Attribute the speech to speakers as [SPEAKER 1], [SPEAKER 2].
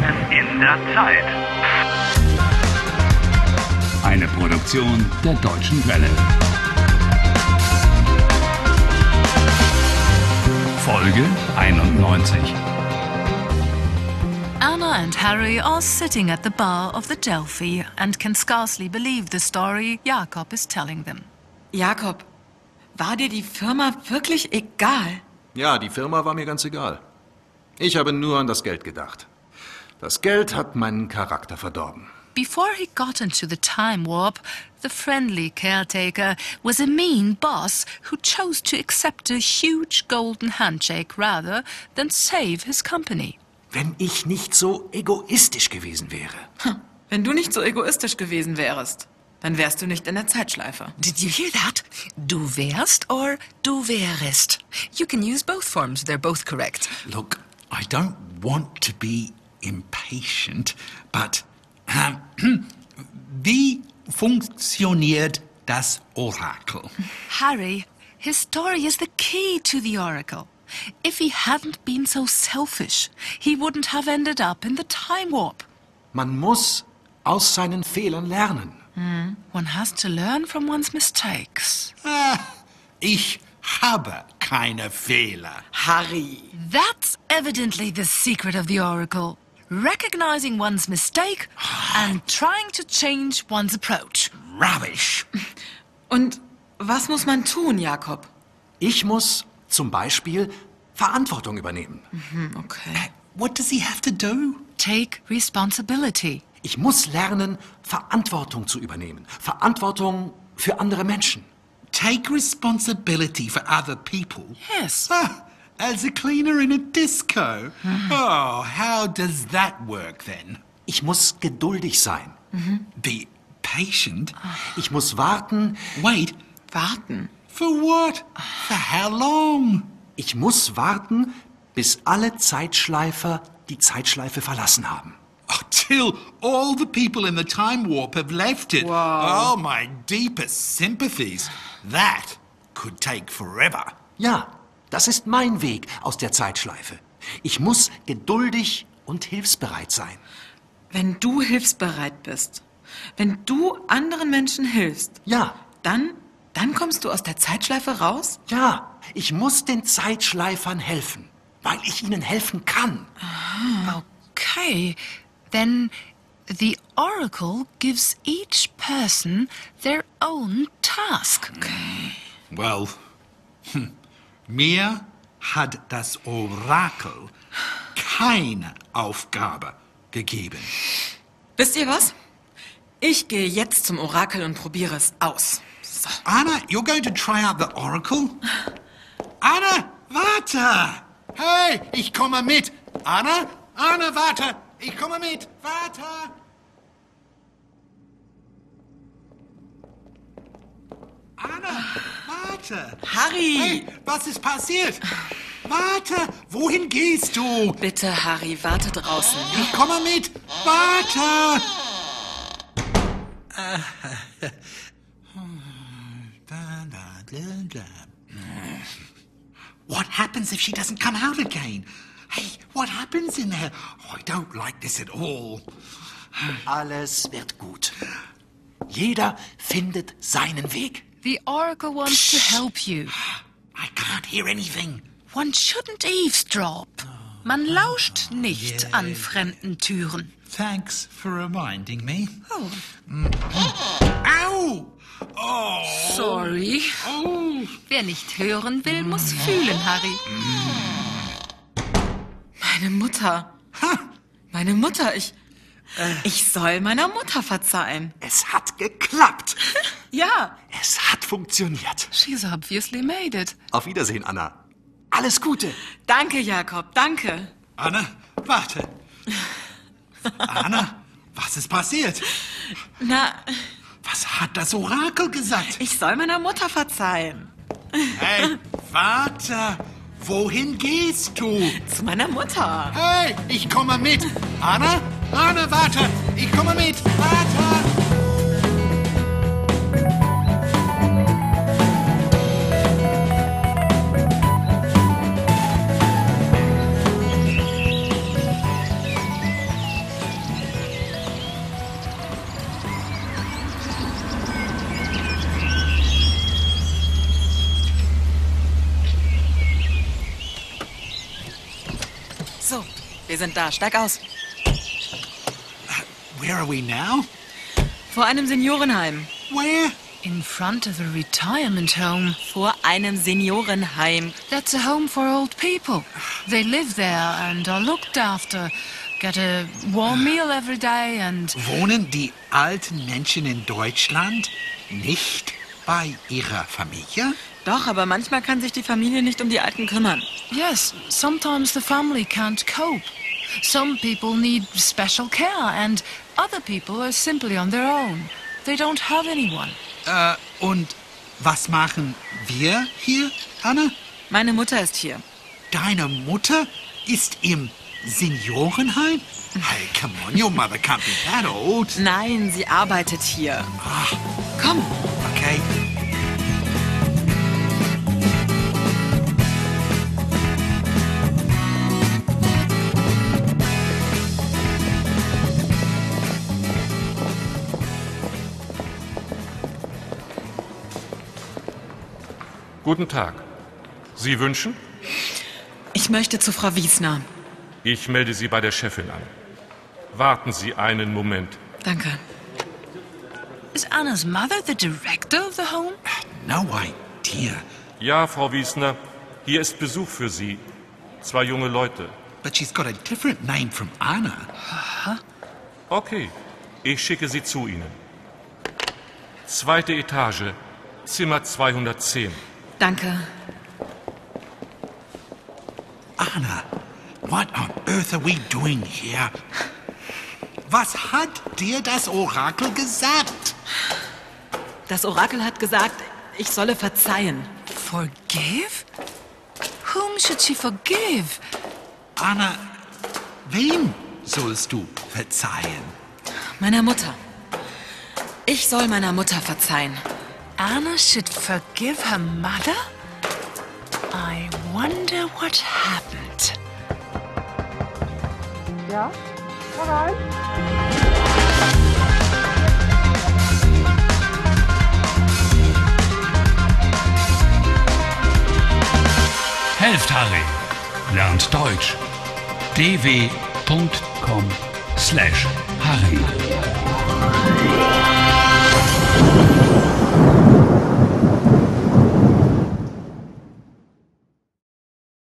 [SPEAKER 1] der Zeit.
[SPEAKER 2] Eine Produktion der Deutschen Welle. Folge 91.
[SPEAKER 3] Anna and Harry are sitting at the bar of the Delphi and can scarcely believe the story Jakob is telling them.
[SPEAKER 4] Jakob, war dir die Firma wirklich egal?
[SPEAKER 5] Ja, die Firma war mir ganz egal. Ich habe nur an das Geld gedacht. Das Geld hat meinen Charakter verdorben.
[SPEAKER 3] Before he got into the time warp, the friendly caretaker was a mean boss who chose to accept a huge golden handshake rather than save his company.
[SPEAKER 5] Wenn ich nicht so egoistisch gewesen wäre.
[SPEAKER 4] Wenn du nicht so egoistisch gewesen wärest, dann wärst du nicht in der Zeitschleife.
[SPEAKER 6] Did you hear that? Du wärst or du wärest. You can use both forms, they're both correct.
[SPEAKER 7] Look, I don't want to be impatient, but ahem, wie funktioniert das Orakel?
[SPEAKER 3] Harry, his story is the key to the Oracle. If he hadn't been so selfish, he wouldn't have ended up in the time warp.
[SPEAKER 5] Man muss aus seinen Fehlern lernen.
[SPEAKER 3] One has to learn from one's mistakes.
[SPEAKER 7] Ah, Ich habe keine Fehler.
[SPEAKER 4] Harry.
[SPEAKER 3] That's evidently the secret of the Oracle recognizing one's mistake and trying to change one's approach.
[SPEAKER 7] Rubbish.
[SPEAKER 4] Und was muss man tun, Jakob?
[SPEAKER 5] Ich muss zum Beispiel Verantwortung übernehmen.
[SPEAKER 4] Hm, okay.
[SPEAKER 7] What does he have to do?
[SPEAKER 3] Take responsibility.
[SPEAKER 5] Ich muss lernen, Verantwortung zu übernehmen. Verantwortung für andere Menschen.
[SPEAKER 7] Take responsibility for other people.
[SPEAKER 3] Yes.
[SPEAKER 7] Ah, as a cleaner in a disco. Oh, how does that work then?
[SPEAKER 5] Ich muss geduldig sein.
[SPEAKER 7] Be patient?
[SPEAKER 5] Ich muss warten.
[SPEAKER 7] Wait,
[SPEAKER 4] Warten.
[SPEAKER 7] for what? For how long?
[SPEAKER 5] Ich muss warten, bis alle Zeitschleifer die Zeitschleife verlassen haben.
[SPEAKER 7] Oh, till all the people in the time warp have left it. Oh, my deepest sympathies. That could take forever.
[SPEAKER 5] Ja, das ist mein Weg aus der Zeitschleife. Ich muss geduldig und hilfsbereit sein.
[SPEAKER 4] Wenn du hilfsbereit bist, wenn du anderen Menschen hilfst,
[SPEAKER 5] Ja,
[SPEAKER 4] dann, dann kommst du aus der Zeitschleife raus?
[SPEAKER 5] ja, ich muss den Zeitschleifern helfen, weil ich ihnen helfen kann.
[SPEAKER 3] Okay. Then the Oracle gives each person their own task.
[SPEAKER 7] Well, hm, mir hat das Orakel keine Aufgabe gegeben.
[SPEAKER 4] Wisst ihr was? Ich gehe jetzt zum Orakel und probiere es aus. So.
[SPEAKER 7] Anna, you're going to try out the Oracle? Anna, warte! Hey, ich komme mit! Anna, Anna, warte! Ich komme mit! Warte! Anna, warte!
[SPEAKER 4] Harry!
[SPEAKER 7] Hey, was ist passiert? Warte! Wohin gehst du?
[SPEAKER 4] Bitte, Harry, warte draußen.
[SPEAKER 7] Ich komme mit! Warte! What happens if she doesn't come out again? Hey, what happens in there? Oh, I don't like this at all.
[SPEAKER 5] Alles wird gut. Jeder findet seinen Weg.
[SPEAKER 3] The Oracle wants to help you.
[SPEAKER 7] I can't hear anything.
[SPEAKER 3] One shouldn't eavesdrop. Man lauscht nicht an fremden Türen.
[SPEAKER 7] Thanks for reminding me. mm. Oh. Ow! Oh!
[SPEAKER 3] Sorry.
[SPEAKER 7] Oh!
[SPEAKER 3] Wer nicht hören will, muss fühlen, Harry.
[SPEAKER 4] Meine Mutter. Meine Mutter, ich. Ich soll meiner Mutter verzeihen.
[SPEAKER 5] Es hat geklappt.
[SPEAKER 4] Ja.
[SPEAKER 5] Es hat funktioniert.
[SPEAKER 3] She's obviously made it.
[SPEAKER 5] Auf Wiedersehen, Anna. Alles Gute.
[SPEAKER 4] Danke, Jakob, danke.
[SPEAKER 7] Anna, warte. Anna, was ist passiert?
[SPEAKER 4] Na,
[SPEAKER 7] Was hat das Orakel gesagt?
[SPEAKER 4] ich soll meiner Mutter verzeihen.
[SPEAKER 7] Hey, warte. Wohin gehst du?
[SPEAKER 4] Zu meiner Mutter.
[SPEAKER 7] Hey, ich komme mit. Anna, Anna, warte. Ich komme mit. Warte.
[SPEAKER 4] Wir sind da. Steig aus.
[SPEAKER 7] Where are we now?
[SPEAKER 4] Vor einem Seniorenheim.
[SPEAKER 7] Where?
[SPEAKER 3] In front of a retirement home.
[SPEAKER 4] Vor einem Seniorenheim.
[SPEAKER 3] That's a home for old people. They live there and are looked after, get a warm meal every day, and
[SPEAKER 7] Wohnen die alten Menschen in Deutschland nicht bei ihrer Familie?
[SPEAKER 4] Doch, aber manchmal kann sich die Familie nicht um die Alten kümmern.
[SPEAKER 3] yes, sometimes the family can't cope. Some people need special care, and other people are simply on their own. They don't have anyone.
[SPEAKER 7] Äh, und was machen wir hier, Anne?
[SPEAKER 4] Meine Mutter ist hier.
[SPEAKER 7] Deine Mutter ist im Seniorenheim? Hey, come on, your mother can't be that old.
[SPEAKER 4] Nein, sie arbeitet hier. Komm.
[SPEAKER 7] Okay.
[SPEAKER 1] Guten Tag. Sie wünschen?
[SPEAKER 4] Ich möchte zu Frau Wiesner.
[SPEAKER 1] Ich melde Sie bei der Chefin an. Warten Sie einen Moment.
[SPEAKER 4] Danke.
[SPEAKER 3] Is Anna's mother the director of the home?
[SPEAKER 7] No idea.
[SPEAKER 1] Ja, Frau Wiesner, hier ist Besuch für Sie. Zwei junge Leute.
[SPEAKER 7] But she's got a different name from Anna.
[SPEAKER 1] Okay, ich schicke sie zu Ihnen. Zweite Etage, Zimmer 210.
[SPEAKER 4] Danke.
[SPEAKER 7] Anna, what on earth are we doing here? Was hat dir das Orakel gesagt?
[SPEAKER 4] Das Orakel hat gesagt, ich solle verzeihen.
[SPEAKER 3] Forgive? Whom should she forgive?
[SPEAKER 7] Anna, wem sollst du verzeihen?
[SPEAKER 4] Meiner Mutter. Ich soll meiner Mutter verzeihen.
[SPEAKER 3] Anna should forgive her mother? I wonder what happened.
[SPEAKER 2] Helft Harry. Lernt Deutsch. dw.com/harry.